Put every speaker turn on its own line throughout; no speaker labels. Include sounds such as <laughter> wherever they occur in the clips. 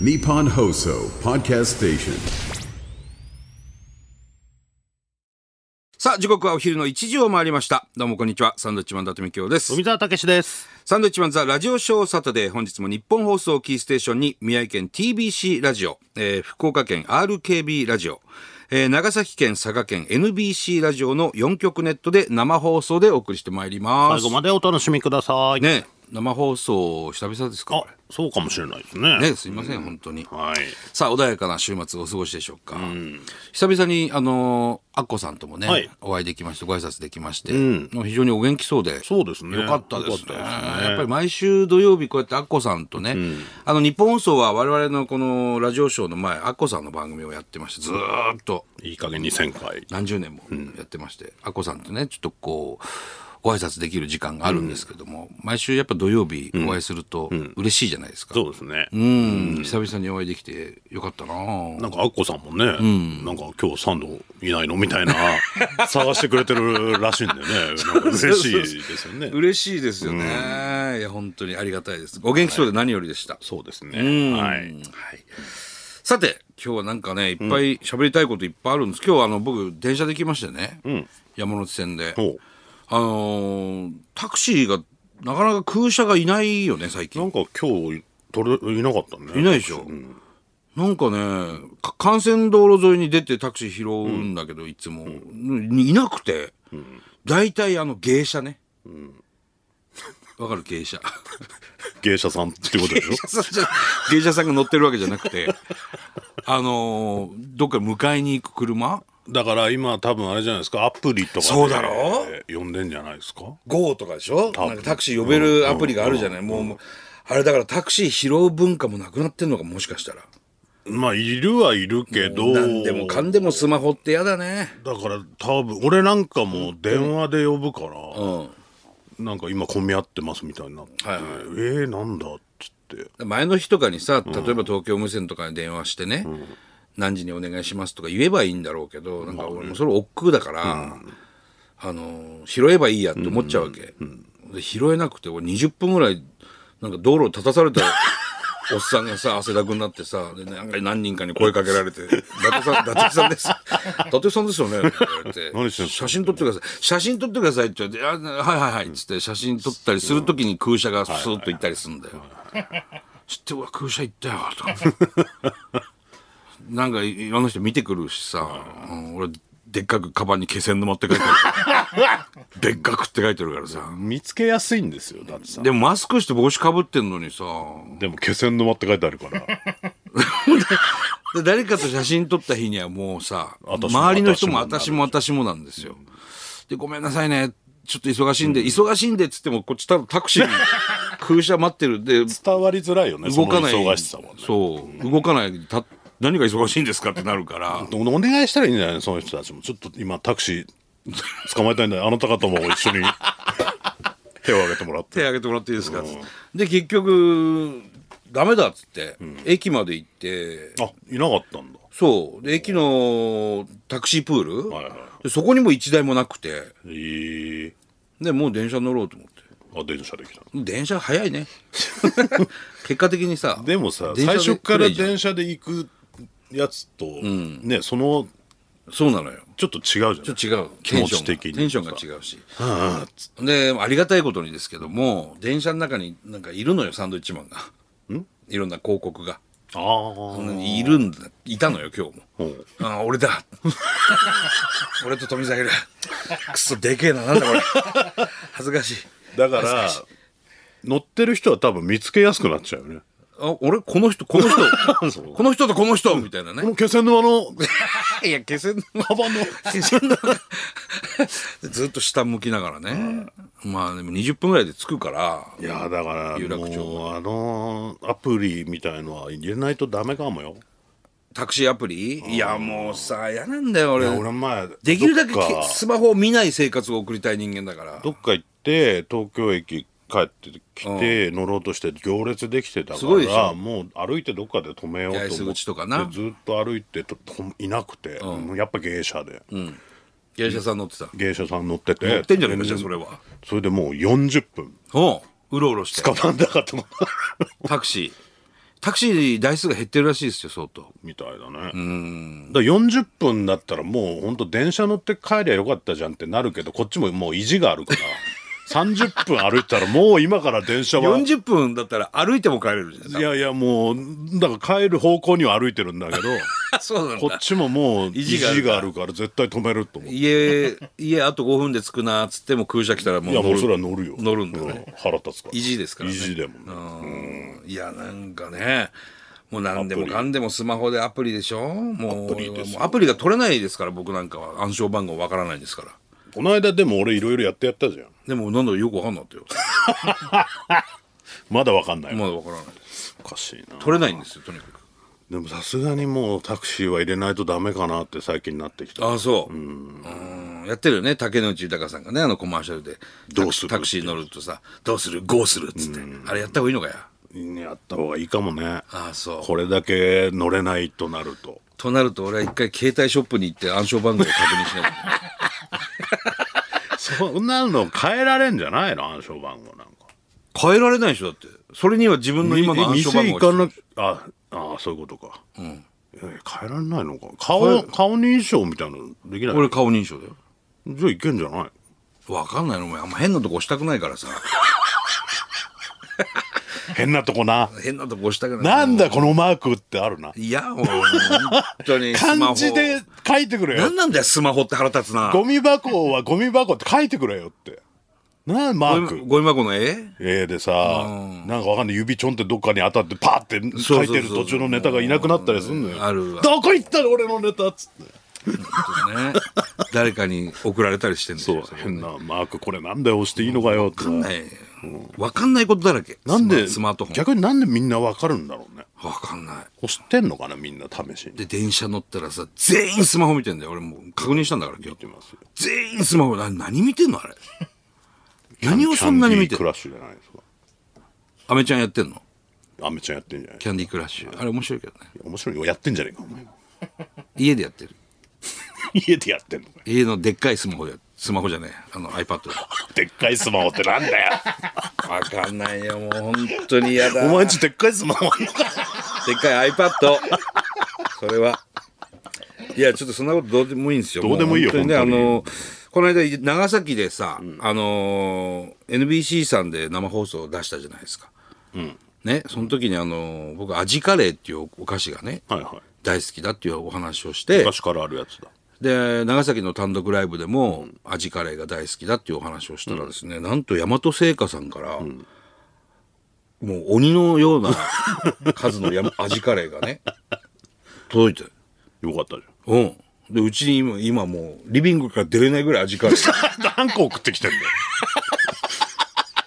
Nippon Hoso Podcast Station.
さあ、時刻はお昼の1時を回りました。どうもこんにちは。サンドウィッチマン伊達美京です。
富澤たけしです。
サンドウィッチマンザラジオショーサタデー。本日も日本放送キーステーションに宮城県 TBC ラジオ、えー福岡県 RKB ラジオ、えー長崎県佐賀県 NBC ラジオの4局ネットで生放送でお送りしてまいりま
最
す。
後までお楽しみください。
ね生放送久々ですか
あ
こ、
そうかもしれないですね。
れねすいません、本当に。
はい。
さあ、穏やかな週末をお過ごしでしょうか。久々に、あのーアッコさんともね、
はい
お会いできまして、ご挨拶できまして、非常にお元気そうで、
そうですね。
よかったですね。
よかったですね
やっぱり毎週土曜日こうやってアッコさんとね、あの日本放送は我々のこのラジオショーの前、アッコさんの番組をやってまして、ずーっと
いい加減に1000回。
何十年もやってまして、アッコさんとね、ちょっとこう、ご挨拶できる時間があるんですけども、毎週やっぱ土曜日お会いすると嬉しいじゃないですか。
そうですね。
うん、久々にお会いできてよかったなぁ
なんか、アッコさんもね、なんか、今日サンドいないのみ
<laughs>
たいな、探してくれてるらしいんでね、なんか嬉しいですよね。
<laughs> 嬉しいですよね、いや本当にありがたいですお元気そうで何よりでした、
そうです
うん
ね。は
はい
い。
さて今日はなんかねいっぱい喋りたいこといっぱいあるんです、今日はあの僕電車で来ましてね、山手線で
ほう
あのータクシーがなかなか空車がいないよね最
な
近
んか今日、取れ、いなかったね。
いないでしょ、なんかねか幹線道路沿いに出てタクシー拾うんだけど、いつも、いなくて、大体あの芸者ねわ、かる芸
<laughs>
者
芸者さんってことでしょ
芸者さんじゃ芸者さんが乗ってるわけじゃなくてあのーどっか迎えに行く車
だから今多分あれじゃないですか、アプリとかで
そうだろ
呼んでんじゃないですか
GO とかでしょ
多分
なんかタクシー呼べるアプリがあるじゃない、もう、あれだからタクシー拾う文化もなくなってんのかもしかしたら
まあ、いるはいるけど。
何でもかんでもスマホってやだね
だから多分俺なんかもう電話で呼ぶから、
うん
なんか今混み合ってますみたいになって、
はいはい
えー、なんだっつって
前の日とかにさ例えば東京無線とかに電話してね、何時にお願いしますとか言えばいいんだろうけどなんか俺もそれ億劫だから、あの拾えばいいやって思っちゃうわけ、で拾えなくて俺20分ぐらいなんか道路を立たされ <laughs> たおっさんがさ汗だくになってさでなんか何人かに声かけられて「伊達さん <laughs> 伊達さんです」「伊達さんですよね」って言われ <laughs> て
何してんすか
写真撮ってください写真撮ってください」って言われて「あはいはいはい」っつって写真撮ったりするときに空車がスーッと行ったりするんだよ。知ってうわ空車行ったよとか <laughs> なんかいろんな人見てくるしさ、うん俺でっかくカバンに気仙沼って書いてあるでっかくって書いてるからさ
見つけやすいんですよだってさ
でもマスクして帽子かぶってんのにさ
でも気仙沼って書いてあるから
で誰かと写真撮った日にはもうさ
私も
周りの人も私
私
も私もなんですよでごめんなさいねちょっと忙しいんで、忙しいんでっつってもこっちただタクシーに <laughs> 空車待ってるで
<laughs> 伝わりづらいよね
動かない
その忙しさもね
そう動かないた何が忙しいんですかってなるから
お願いしたらいいんじゃないのその人たちもちょっと今タクシー捕まえたいんであなた方も一緒
<laughs>
に手を挙げてもらって
手挙げてもらっていいですか、で結局ダメだっつって、駅まで行って
あいなかったんだ
そうで駅のタクシープール、
はいは
でそこにも一台もなくて
えー、
でもう電車乗ろうと思って
あ電車で来た
電車早い
<laughs>
ね結果的にさ
でもさ
電車
最
で
初
来れ
から
ばいいじゃん
電車で行くやつと、ねその
そうなのよ
ちょっと違うじゃない
ちょっと違う
気持ち的に
テンションがテンションが違うしでありがたいことにですけども電車の中になんかいるのよサンドイッチマンがいろんな広告が
ああ
いるんだいたのよ今日も
うん
ああ、俺だ。 <laughs> 俺と富澤がいる。くそ、でけえな。なんだこれ。恥ずかしい。
だから乗ってる人は多分見つけやすくなっちゃうよね
あ、俺、この人、この人、
<laughs> そう
この人とこの人、みたいな
こ
ね。
の気仙沼の
いや、気仙沼。
カバンの
気仙沼。 <laughs> ずっと下向きながらね。まあ、でも20分ぐらいで着くから。
いやだから
有楽町
もうあのアプリみたいのは入れないとダメかもよ
タクシーアプリいや、もうさ、嫌なんだよ、俺。
俺前
できるだけ
どっか
スマホを見ない生活を送りたい人間だから。
どっか行って東京駅帰ってきて乗ろうとして行列できてたか
すごいでし
ら
ょ
もう歩いてどっかで止めようと
八
思
重洲
って
口とかな
ずっと歩いてとといなくて、もうやっぱ芸者で、
芸者さん乗ってた。
芸者さん乗ってて
乗ってんじゃねえか、じゃあ
そ
そ
れ
れは。
でもう40分
おう、うろうろして。
捕まんなかったの
タクシー。タクシー台数が減ってるらしいですよ相当
<laughs> みたいだね。だから40分だったらもう本当電車乗って帰りゃよかったじゃんってなるけど、こっちももう意地がある
<laughs>
から。30分歩いたらもう今から電車は。
40分だったら歩いても帰れるじゃ
い
ない
やいやもう、だから帰る方向には歩いてるん
<laughs>
だけど、 <laughs>
そうなん
こっちももう意
意
地
地がある
があるから絶対止めると思う。い
家家あと5分で着くなっつっても空車来たらもう
やもうそれは
乗る
乗るよ。
乗るんだね
う腹立つから。
意地ですからね
意地でもんね。
いやなんかねもう何でもかんでもスマホでアプリでしょもう
アプリですよ
もうアプリが取れないですから僕なんかは暗証番号わからないですから
この間でも俺いろいろやってやったじゃん。
でもなんだかよくわかんなかったよ
まだわかんない。
まだわからない
おかしいな。
取れないんですよとにかく
でもさすがにもうタクシーは入れないとダメかなって最近なってきた。
ああそううんやってるよね竹野内豊さんがねあのコマーシャルで
どうする
タクシー乗るとさ「どうするゴーする」っつってあれやった方がいいのかや
やった方がいいかもね。
ああそう
これだけ乗れないとなると。
となると俺は一回携帯ショップに行って暗証番号を確認しないと
そんなの変えられんじゃないの暗証番号なんか。
<laughs> 変えられないでしょだってそれには自分の今の暗証番
店
号
行
が必
か
要
なきああそういうことか。うん。変えられないのか顔顔認証みたいなのできない
俺顔認証だよ
じゃあいけんじゃない
わかんないのお前あんま変なとこ押したくないからさ
変なとこな
変なとこ押したくない
なんだこのマークってあるない
やもう本当 <laughs> にスマホ
漢字で書いてくれよ
何なんだよスマホって腹立つな
ゴミ箱はゴミ箱って書いてくれよってなマーク
ゴミ箱の絵
A でさ、なんかわかんない指ちょんってどっかに当たってパーって書いてる途中のネタがいなくなったりすんのよ。
あるわ
どこ行ったの俺のネタっつって。
ね誰かに送られたりしてんだよ
変なマークこれなんだよ押していいのかよって。
はいわかんないことだらけ
なんで
スマスマートフォ
逆になんでみんなわかるんだろうね。
ンわかんない
押してんのかなみんな試しに。
で電車乗ったらさ全員スマホ見てんだよ俺もう確認したんだから今日
見てますよ。
全員スマホな何見てんの
<laughs>
あれ何をそんなに見て
キャンディーク
んの
ラッシュじゃないですか。
アメちゃんやってんの
アメちゃんやってんじゃない
キャンディークラッシュあれ面白いけどね
面白いよ。やってんじゃねえか、お前。
家でやってる
家でやってんのかよ
家のでっかいスマホでスマホじゃねえあの
<laughs>
iPad で
でっかいスマホってなんだよ。
わかんないよもう本当に嫌だ
<laughs> お前んちでっかいスマホあんのか
でっかい iPad それはいやちょっとそんなことどうでもいいんですよ
どうでもいいよ
う本当にねあ
本
のこの間長崎でさ、あの NBC さんで生放送を出したじゃないですか、ねその時にあの僕アジカレーっていうお菓子がね、
はいはい。
大好きだっていうお話をして
昔からあるやつだ。
で長崎の単独ライブでも、アジカレーが大好きだっていうお話をしたらですね、なんと大和製菓さんから、もう鬼のような <laughs> 数のやまアジカレーがね届いて
よかったじゃん。
うんでうちに今今もうリビングから出れないぐらいアジカレー食
何個送ってきてん <laughs> だよ。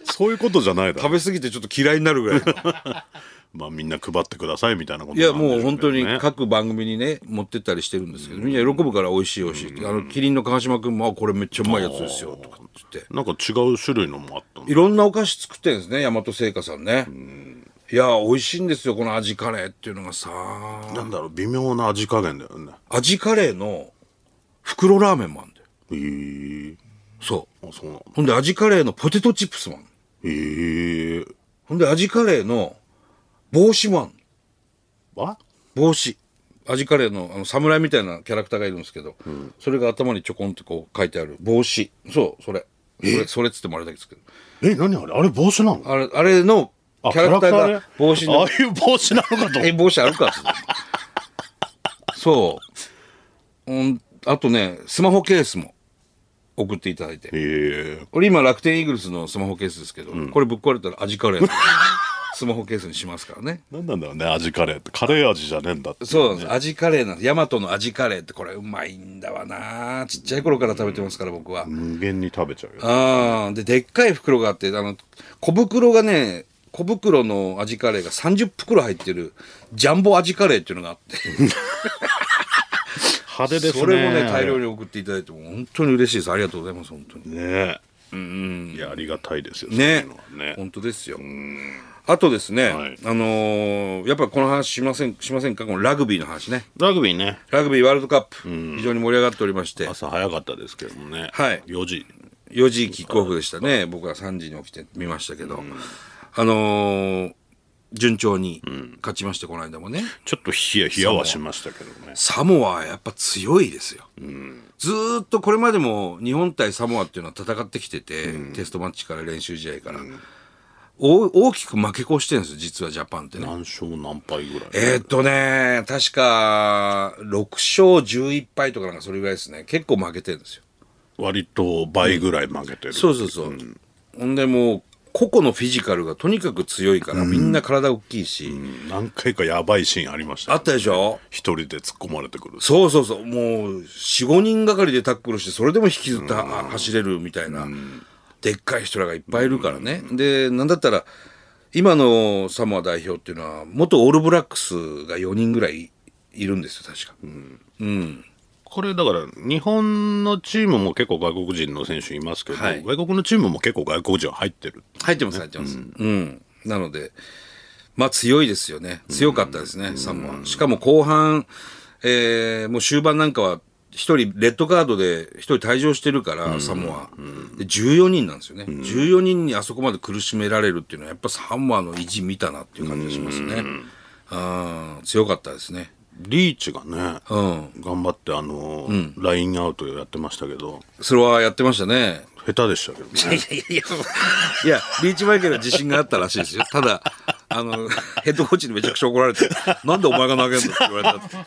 そういうことじゃないだろ。
べ過ぎてちょっと嫌いになるぐらいの
まあみんな配ってくださいみたいなこと
いやもう本当に
なんでしょう
各番組にね持ってったりしてるんですけどみんな喜ぶから美味しい美味しいって、あのキリンの川島君もあ「これめっちゃうまいやつですよ」とかって言って
けどねなんか違う種類のもあったんだ
いろんなお菓子作ってるんですね、大和製菓さんね。いや、美味しいんですよ、この味カレーっていうのがさ。
なんだろう、微妙な味加減だよね。
味カレーの袋ラーメンもあるんだよ。
えー、
そう。
あ、そうなの
ほんで味カレーのポテトチップスもある。
えー、
ほんで味カレーの帽子もある。
あ
帽子。味カレーのあの侍みたいなキャラクターがいるんですけど、それが頭にちょこんってこう書いてある帽子。そう、それ。それ、それっつってもあれだけですけど。
え、何あれあれ帽子なの
あれ、あれのキャラクターが帽子
の。あ
の
あいう帽子なのか
<laughs>
と思っ
え、帽子あるかっつってそう。うん、あとね、スマホケースも送っていただいて。
え
俺今楽天イーグルスのスマホケースですけど、これぶっ壊れたら味カレーの <laughs> スマホケースにしますからね。
ー、何なんだろうね、味カレーって。カレー味じゃねえんだって。
そうなんです。味カレーなんです。ヤマトの味カレーってこれうまいんだわなちっちゃい頃から食べてますから僕は。
無限に食べちゃうよ。
ああ、で、でっかい袋があって、あの、小袋がね、小袋の味カレーが30袋入ってるジャンボ味カレーっていうのがあって。
派手ですね。
それもね大量に送っていただいてもう本当に嬉しいですありがとうございます本当に
ねうん、いやありがたいですよ
ね
そういうのはね
本当ですよあとですね、
はい
あのーやっぱこの話しませんしませんかこのラグビーの話ね
ラグビーね
ラグビーワールドカップ、非常に盛り上がっておりまして
朝早かったですけどもね
はい
4時
4時キックオフでしたね僕は3時に起きて見ましたけど、あのー順調に勝ちまして、この間もね。
ちょっとヒヤヒヤはしましたけどね。
サモアはやっぱ強いですよ。ずーっとこれまでも日本対サモアっていうのは戦ってきてて、テストマッチから練習試合から、お大きく負け越してるんですよ、実はジャパンってね。
何勝何敗ぐらい。
えーっとね、確か、6勝11敗とかなんかそれぐらいですね。結構負けてるんですよ。
割と倍ぐらい負けてる。
そうそうそう。ほんでもう、個々のフィジカルがとにかく強いから、みんな体大きいし、
何回かやばいシーンありました
あ
よ。
ったでしょ
一人で突っ込まれてくる。
そうそうそう。もう、4、5人がかりでタックルして、それでも引きずっては走れるみたいな、でっかい人らがいっぱいいるからね。で、なんだったら、今のサモア代表っていうのは、元オールブラックスが4人ぐらいいるんですよ、確か。
これだから日本のチームも結構外国人の選手いますけど、
はい
外国のチームも結構外国人は入ってる。
入ってます、入ってます。うん。なので、まあ強いですよね。強かったですね、サモア。しかも後半、えーもう終盤なんかは、一人、レッドカードで一人退場してるから、サモア。で、14人なんですよね。14人にあそこまで苦しめられるっていうのは、やっぱサモアの意地見たなっていう感じがしますね。あー強かったですね。
リーチがね、
うん。
頑張ってあの、ラインアウトやってましたけど、
それはやってましたね。
下手でしたけどね。
いやいやいや、いや、リーチマイケルは自信があったらしいですよ。ただ、あの、ヘッドコーチにめちゃくちゃ怒られて、なんでお前が投げんのって言われたって。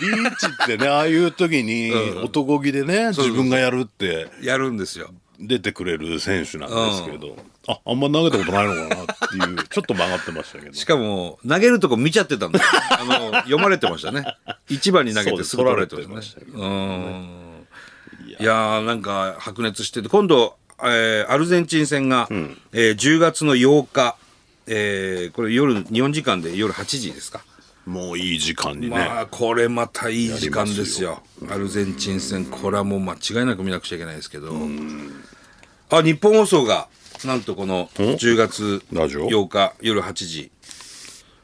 リーチって <laughs> ね、ああいう時に男気でね、自分がやるって
やるんですよ。
出てくれる選手なんですけど、あ、あんま投げたことないのかなっていう、ちょっと曲がってましたけど。
しかも、投げるとこ見ちゃってたんだよ。あの、読まれてましたね。一番に投げてすぐ取られてましたね。うん。いやー、なんか白熱してて、今度、えーアルゼンチン戦が、えー10月の8日、えーこれ夜、日本時間で夜8時ですか。
もういい時間にね。
まあこれまたいい時間ですよアルゼンチン戦これはもう間違いなく見なくちゃいけないですけどあ日本放送がなんとこの10月
ラジオ
8日夜8時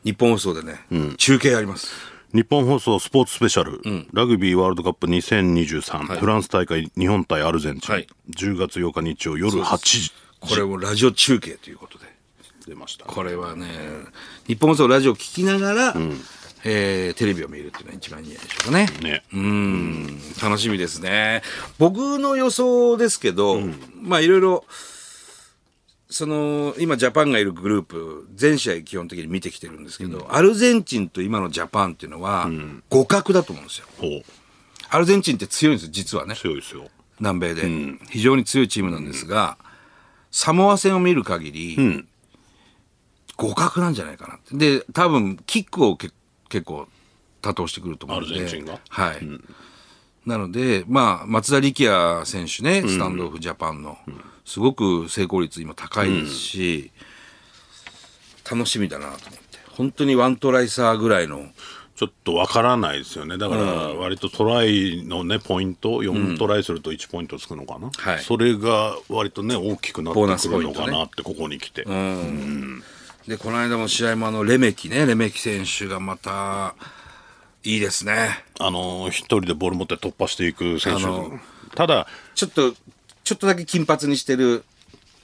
日本放送でね、中継あります
日本放送スポーツスペシャル、ラグビーワールドカップ2023、フランス大会日本対アルゼンチン、
はい
10月8日日曜夜8時
これもラジオ中継ということで
出ました
これはね日本放送ラジオ聞きながら、えーテレビを見るっていうのが一番いいんじゃないでしょうかね
ね、
うん楽しみですね。僕の予想ですけど、まあいろいろ、その、今ジャパンがいるグループ、全試合基本的に見てきてるんですけど、アルゼンチンと今のジャパンっていうのは、互角だと思うんですよ。
ほう
アルゼンチンって強いんですよ、実はね。
強いですよ
南米で、非常に強いチームなんですが、サモア戦を見る限り、互角なんじゃないかなってで多分キックをけ結構多投してくると思うので
アルゼンチンが
はい、なのでまあ松田力也選手ねスタンドオフジャパンの、すごく成功率今高いですし、楽しみだなと思って本当にワントライ差ぐらいの
ちょっとわからないですよねだから割とトライのねポイント4トライすると1ポイントつくのかな、
はい
それが割とね大きくなっ
ボーナ
て
ス
く
ポ
る
イン
の
トね
かなってここに来て、
で、この間も試合もあの、レメキね、レメキ選手がまた、いいですね。
あの一人でボール持って突破していく選手、
あの
ただ
ちょっと、ちょっとだけ金髪にしてる、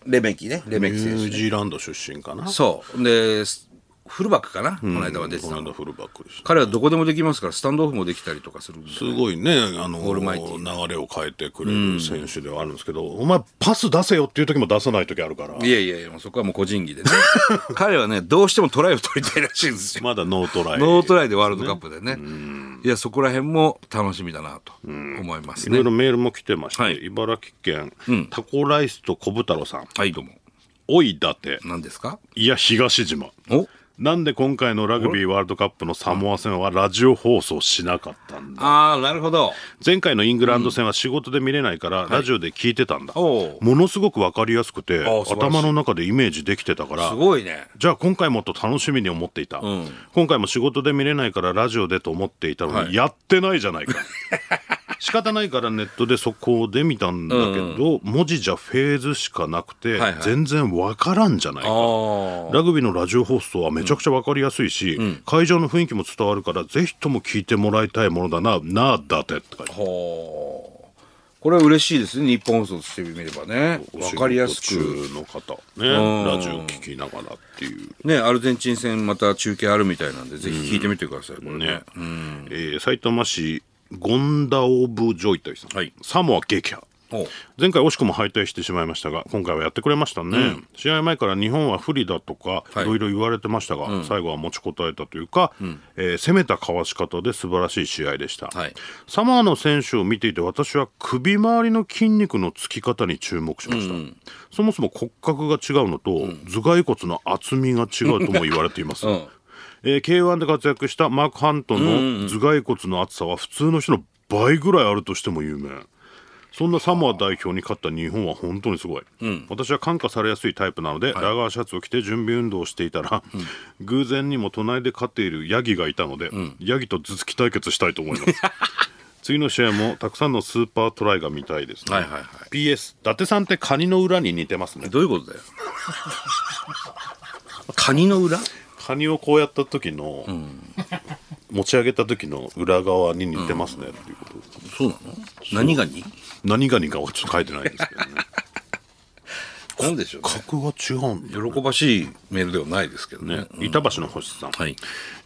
レメキね、レメ
ニ
キ
ュ
選手
ー
ね、
ジーランド出身かな
そう。で、スフルバックかな、この間は出て
こ
た
の
の。
間フルバックでした
彼はどこでもできますから、スタンドオフもできたりとかするんです
ごいね、あの、
ールマイティ
流れを変えてくれる選手ではあるんですけど、お前パス出せよっていう時も出さない時あるから、
いやいやいや、もうそこはもう個人技でね。 <laughs> 彼はね、どうしてもトライを取りたいらしいんですよ。
まだノートライ。
ノートライでワールドカップでね。いや、そこら辺も楽しみだなと思います
いろ
ね
い。ろメールも来てまして、
はい
茨城県、タコライスと小太郎さん、
はい、どうも。
おいだて、
何ですか
いや東島。
お
なんで今回のラグビーワールドカップのサモア戦はラジオ放送しなかったんだ
ああ、なるほど。
前回のイングランド戦は仕事で見れないから、ラジオで聞いてたんだ、
おう
ものすごく分かりやすくて
あ素晴らしい
頭の中でイメージできてたから
すごいね。
じゃあ今回もと楽しみに思っていた、今回も仕事で見れないからラジオでと思っていたのに、
はい
やってないじゃないか <laughs> 仕方ないからネットで速攻で見たんだけど、文字じゃフェーズしかなくて、
はいはい
全然わからんじゃないか
あ
ラグビーのラジオ放送はめちゃくちゃわかりやすいし、会場の雰囲気も伝わるからぜひとも聞いてもらいたいものだななあだてって書いてある
あ。ここれは嬉しいですね日本放送としてみればねわかりやす
お仕
く
事中の方ねラジオ聞きながらっていう
ねアルゼンチン戦また中継あるみたいなんでぜひ聞いてみてくださいこれね
ね、えー、埼玉市ゴンダオブ・ジョイタイさん、
はい
サモア撃破
お
前回惜しくも敗退してしまいましたが今回はやってくれましたね、試合前から日本は不利だとか、
はい
いろいろ言われてましたが、最後は持ちこたえたというか、えー攻めたかわし方で素晴らしい試合でした、
はい
サモアの選手を見ていて私は首周りの筋肉のつき方に注目しました、そもそも骨格が違うのと、頭蓋骨の厚みが違うとも言われていま
<laughs>
す、
うん
えー、K1 で活躍したマーク・ハントンの頭蓋骨の厚さは普通の人の倍ぐらいあるとしても有名そんなサモア代表に勝った日本は本当にすごい、私は感化されやすいタイプなので、ラガーシャツを着て準備運動をしていたら、偶然にも隣で飼っているヤギがいたので、ヤギと頭突き対決したいと思
<laughs>
います次の試合もたくさんのスーパートライが見たいですね、
はいはいはい
PS 伊達さんってカニの裏に似てますね
どういうことだよカニの裏
カニをこうやった時の、持ち上げた時の裏側に似てますねっていうことです、
そうなの何がに
何が似かはちょっと書いてないです
<laughs>
けどね
なんでしょうね
格が違うんだよ
喜ばしいメールではないですけどね
ね、板橋の星さん、
はい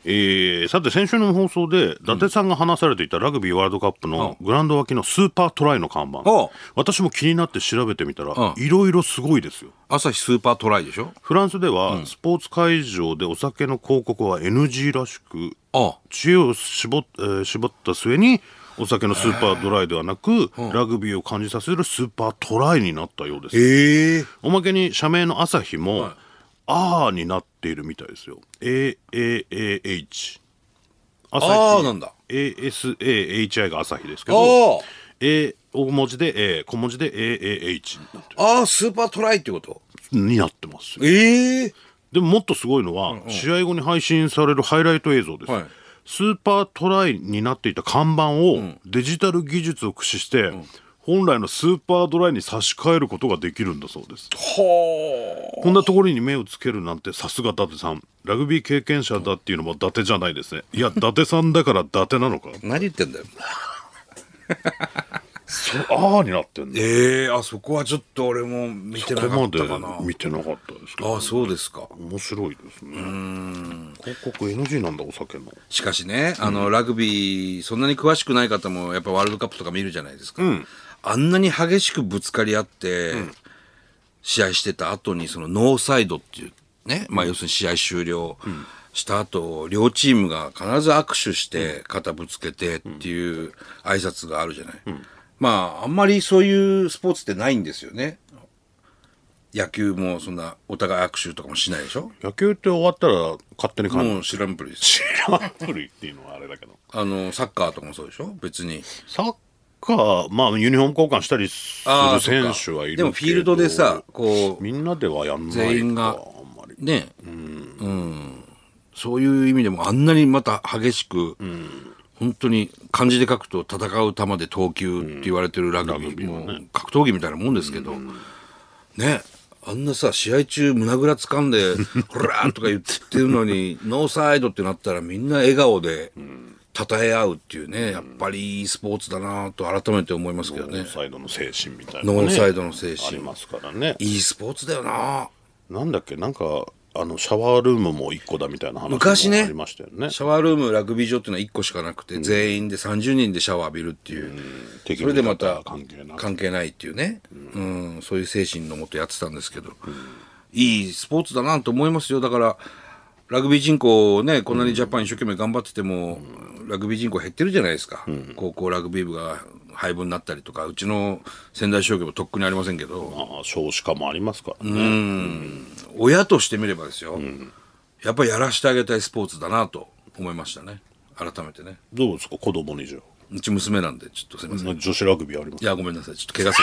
えーさて先週の放送で伊達さんが話されていたラグビーワールドカップのグラウンド脇のスーパートライの看板
あ
私も気になって調べてみたら
うん
いろいろすごいですよ
朝日スーパートライでしょ
フランスではスポーツ会場でお酒の広告は NG らしく
あ
知恵を絞っ,、えー絞った末にお酒のスーパードライではなく、ラグビーを感じさせるスーパートライになったようです、
ええ
おまけに社名の朝日も「あー」になっているみたいですよ AAAH 朝
あーなんだ
ASAHI が朝日ですけ
あ
ど
ー
A 大文字で A 小文字で AAH になって
ああスーパートライってこと
になってますよ
ええ
でももっとすごいのは、試合後に配信されるハイライト映像です、
はい
スーパートライになっていた看板をデジタル技術を駆使して、本来のスーパードライに差し替えることができるんだそうです
は
こんなところに目をつけるなんてさすが伊達さんラグビー経験者だっていうのも伊達じゃないです <laughs> ねいや伊達さんだから伊達なのか
あ何言ってんだよ
そああになってんだ
ええあそこはちょっと俺も見て
こ
な
こ
か
ま
っ
で
たかな
見てなかったですけど
ああそうですか
面白いですね広告 NG なんだお酒の
しかしね、あの、ラグビー、そんなに詳しくない方も、やっぱワールドカップとか見るじゃないですか。あんなに激しくぶつかり合って、試合してた後に、そのノーサイドっていう、ね、まあ要するに試合終了した後、両チームが必ず握手して、肩ぶつけてっていう挨拶があるじゃない。まあ、あんまりそういうスポーツってないんですよね。野球もそんな、お互い握手とかもしないでしょ
野球って終わったら勝手に感じ
もう知らんぷりです。
知らんぷりっていうのはあれだけど
あの、サッカーとかもそうでしょ別に。
サッカーまあユニフォーム交換したりす
ああ
る選手はいるけど
でもフィールドでさこう
みんなではやんないか
全員が
あんまり
ねうん、そういう意味でもあんなにまた激しく、本当に漢字で書くと戦う球で投球って言われてるラグビーも、格闘技みたいなもんですけど、ねあんなさ試合中胸ぐら掴ん
<laughs>
で「ほら!」とか言ってるのにノーサイドってなったらみんな笑顔で。称え合うっていうね、やっぱりいいスポーツだなと改めて思いますけど
ノ
ね
ー。サイドの精神みたいな、
ノーサイドの精
あり
神。
ますからね
いいスポーツだよな
なんだっけなんかあのシャワールームも一個だみたいな話もあ
昔ね
りましたよね
シャワールームラグビー場っていうのは1個しかなくて、全員で30人でシャワー浴びるっていう、
敵
そ
味
れで
方
また
関係なく
関係ないっていうね、うんそういう精神のもとやってたんですけど、いいスポーツだなと思いますよだからラグビー人口ねこんなにジャパン一生懸命頑張ってても、ラグビー人口減ってるじゃないですか、高校ラグビー部が廃部になったりとかうちの仙台商業もとっくにありませんけど、
まあ少子化もありますからね、
親としてみればですよ、やっぱりやらしてあげたいスポーツだなと思いましたね改めてね
どうですか子供にじゃあ
うち娘なんで、ちょっとすみません。い
女子ラグビーあります
や、ごめんなさい。ちょっと怪我す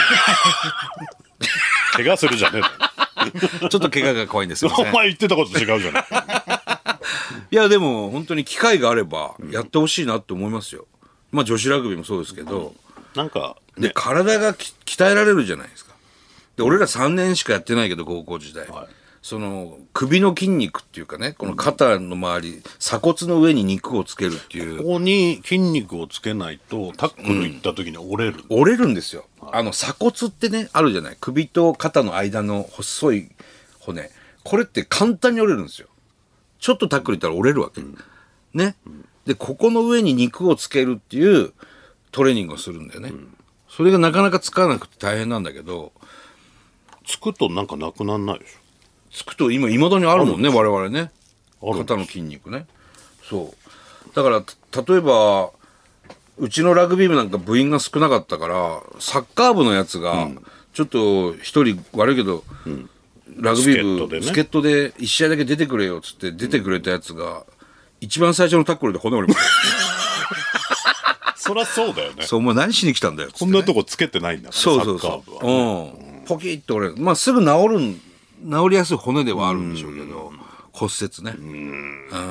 怪我するじゃねえだろ
<laughs> る。ちょっと怪我が怖いんです。すいま
お
せん
前言ってたことと違うじゃない
<laughs> いや、でも、本当に機会があれば、やってほしいなって思いますよ。まあ、女子ラグビーもそうですけど、
なんか
で、体がき鍛えられるじゃないですか。で、俺ら3年しかやってないけど、高校時代。
はい
その、首の筋肉っていうかね、この肩の周り、鎖骨の上に肉をつけるっていう。
ここに筋肉をつけないとタックル行った時に折れる、
折れるんですよ、あの鎖骨ってねあるじゃない首と肩の間の細い骨これって簡単に折れるんですよちょっとタックルいったら折れるわけ、ねでここの上に肉をつけるっていうトレーニングをするんだよね、それがなかなかつかなくて大変なんだけど
つくとなんかなくなんないでし
つくと今いまだにあるもんね我々ね
あるんです
肩の筋肉ねそうだからた例えばうちのラグビー部なんか部員が少なかったからサッカー部のやつが、ちょっと一人悪いけど、ラグビー部助っ,、
助っ
人で1試合だけ出てくれよっつって出てくれたやつが、一番最初のタックルで骨折れまし
ょそりゃそうだよね
た <laughs> そうお前何しに来たんだよっつって
こんなとこつけてないんだから
そうそう
サッ
そ
カー部
う、
は
うん、ポキッと折れる、まあ、すぐ治るん治りやすい骨ではあるんでしょうけど骨折ね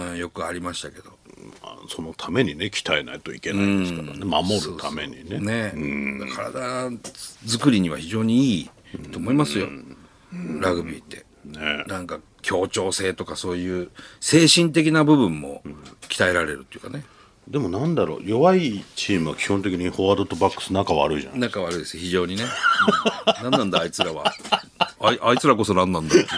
うんよくありましたけど
まあそのためにね鍛えないといけないですからね守るためにね
ね体作りには非常にいいと思いますよラグビーって
ね
なんか協調性とかそういう精神的な部分も鍛えられるっていうかね
でもなんだろう弱いチームは基本的にフォワードとバックス仲悪いじゃん
仲悪いです非常にね
<laughs>
うん何なんだあいつらはあいあいつらこそ何なんだ
<laughs>
っていう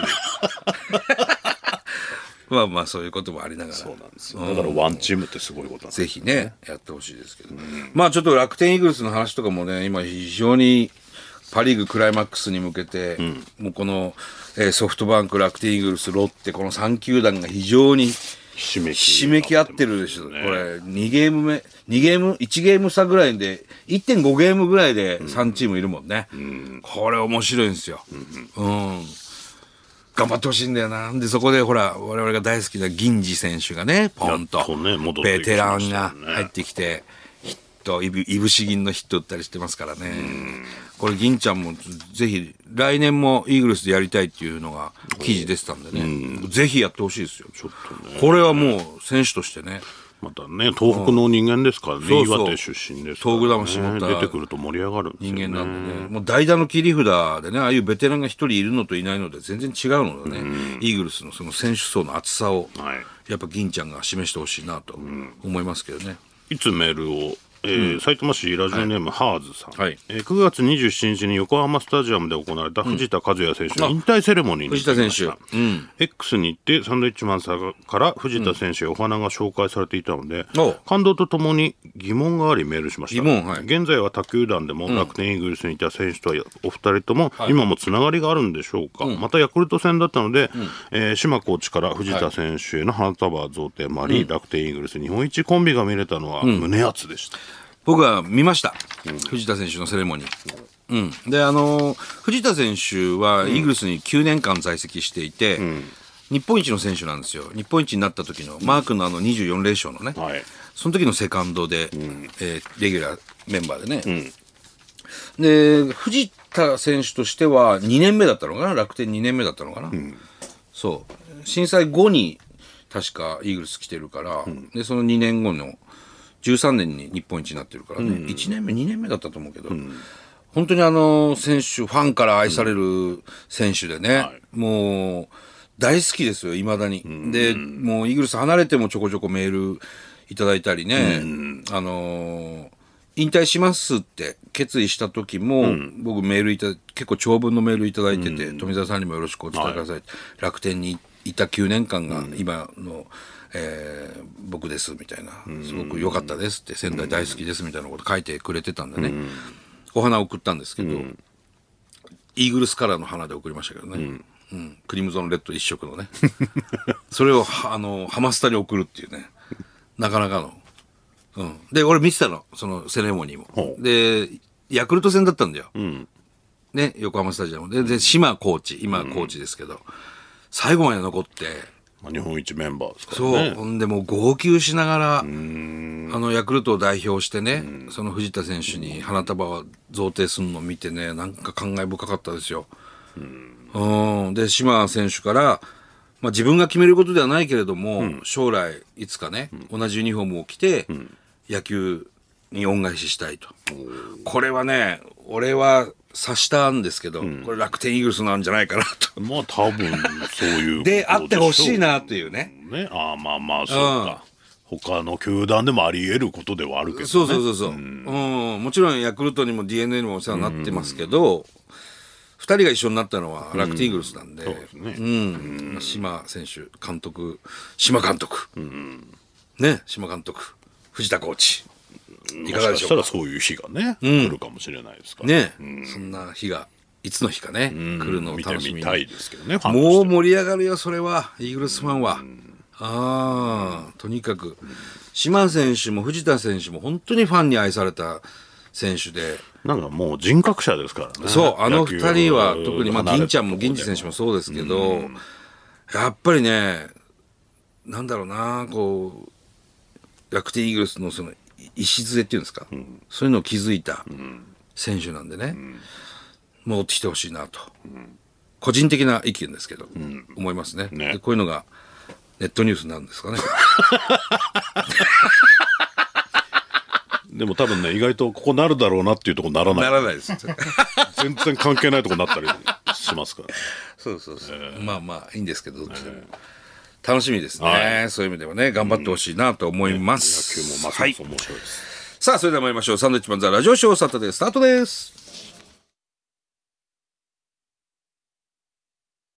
まあまあそういうこともありながら
そうなんですよだからワンチームってすごいことなんです
ぜひね、やってほしいですけど、まあちょっと楽天イーグルスの話とかもね、今、非常にパ・リーグクライマックスに向けて、もうこの、えーソフトバンク、楽天イーグルス、ロッテ、この3球団が非常に
ひしめき
ひしめき合ってるでしょ、これ、2ゲーム目、2ゲーム、1ゲーム差ぐらいで、1.5ゲームぐらいで3チームいるもんね、これ、面白いんですよ。うん頑張ってほしいんだよな。で、そこでほら、我々が大好きな銀次選手がね、ポンと
やっとね戻って
ベ
き
テラ
ま
ン
したよ
が
ね
入ってきて、ヒット、いぶいぶし銀のヒット打ったりしてますからね。これ、銀ちゃんもぜひ、来年もイーグルスでやりたいっていうのが記事出てたんでね、ぜひやってほしいですよ。
ちょっとね
これはもう選手としてね、
またね東北の人間ですからね、
そうそう
岩手出身ですから、ね、
東北魂持った
出てくると盛り上がるんですよ、
人
ね、
間なんでね、もう代打の切り札でね、ああいうベテランが一人いるのといないので全然違うのでね、イーグルスのその選手層の厚さを、
はい
やっぱ銀ちゃんが示してほしいなと思いますけどね。
いつメールを、えー埼玉市ラジオネーム、ハーズさん、
はい
えー9月27日に横浜スタジアムで行われた藤田和也選手の引退セレモニーに
藤田選手
出てきました X に行ってサンドイッチマンさんから藤田選手やお花が紹介されていたので、
おう
感動とともに疑問がありメールしました
疑問はい
現在は他球団でも楽天イーグルスにいた選手とはお二人とも今もつながりがあるんでしょうか、またヤクルト戦だったので、えー島コーチから藤田選手への花束贈呈もあり、楽天イーグルス日本一コンビが見れたのは胸熱でした、
僕は見ました、藤田選手のセレモニー。うん、で、あのー藤田選手はイーグルスに9年間在籍していて、日本一の選手なんですよ、日本一になった時のマー君のあの24連勝のね、
はい
その時のセカンドで、えーレギュラーメンバーでね、で藤田選手としては2年目だったのかな楽天2年目だったのかな、そう震災後に確かイーグルス来てるから、でその2年後の13年に日本一になってるからね、1年目2年目だったと思うけど、本当にあの選手ファンから愛される選手でね、もう大好きですよいまだに、でもうイーグルス離れてもちょこちょこメールいただいたりね、あのー引退しますって決意した時も、僕メールいた結構長文のメールいただいてて、富澤さんにもよろしくお伝えください、楽天にいた9年間が今の、えー僕ですみたいな、すごく良かったですって仙台大好きですみたいなこと書いてくれてたんでね、お花を送ったんですけど、イーグルスカラーの花で送りましたけどね、うんクリムゾンレッド一色のね <laughs> それをはあのハマスタに送るっていうねなかなかの、うん、で俺見てたのそのセレモニーも
ほ
でヤクルト戦だったんだよ、ね、横浜スタジアムでで島コーチ今コーチですけど、最後まで残って
まあ、日本一メンバーですから
そう、ほんでもう号泣しながら、あのヤクルトを代表してね、その藤田選手に花束を贈呈するのを見てね、なんか感慨深かったですよ。うん、で、島選手から、まあ、自分が決めることではないけれども、将来、いつかね、同じユニフォームを着て、野球に恩返ししたいと。これはね、俺は察したんですけど、これ楽天イーグルスなんじゃないかなと。
まあ多分そういうことしょう
で、あってほしいなっていうね。
ねああまあまあそうか、他の球団でもあり得ることではあるけど、ね、
そうそうそうそう、うんもちろんヤクルトにも d n a にもお世話になってますけど、二2人が一緒になったのは楽天イーグルスなんで、
そうですね
うん島選手監督島監督、ね島監督藤田コーチいかがでし
もしかした
ょう
ら
か
そういう日がね、来るかもしれないですから
ね、そんな日がいつの日かね、来るのを
見て
楽しみ
み
に
たいですけどねファンとして
もう盛り上がるよ、それは、イーグルスファンは。ああ、とにかく、島選手も藤田選手も本当にファンに愛された選手で、
なんかもう人格者ですからね
そう、あの二人は
野球
特に、まあ、銀ちゃんも銀次選手もそうですけど、やっぱりね、なんだろうな、こう、楽天イーグルスのその、礎っていうんですか、そういうのを築いた選手なんでね、戻ってきてほしいなと、個人的な意見ですけど、思いますね
ね
でこういうのがネットニュースになるんです <laughs> かね。
でも多分ね意外とここなるだろうなっていうとこならない
ならないです。
全然関係ないとこになったりしますから、ね、
そうそうそう。まあまあ、いいんですけど、どっちでも。楽しみですね。そういう意味ではね、頑張ってほしいなと思いま
野球も
す。
ますます
はい
面。白いです、
さあ、それでは参りましょう。サンドウィッチマンザラジオショーサタデースタートです。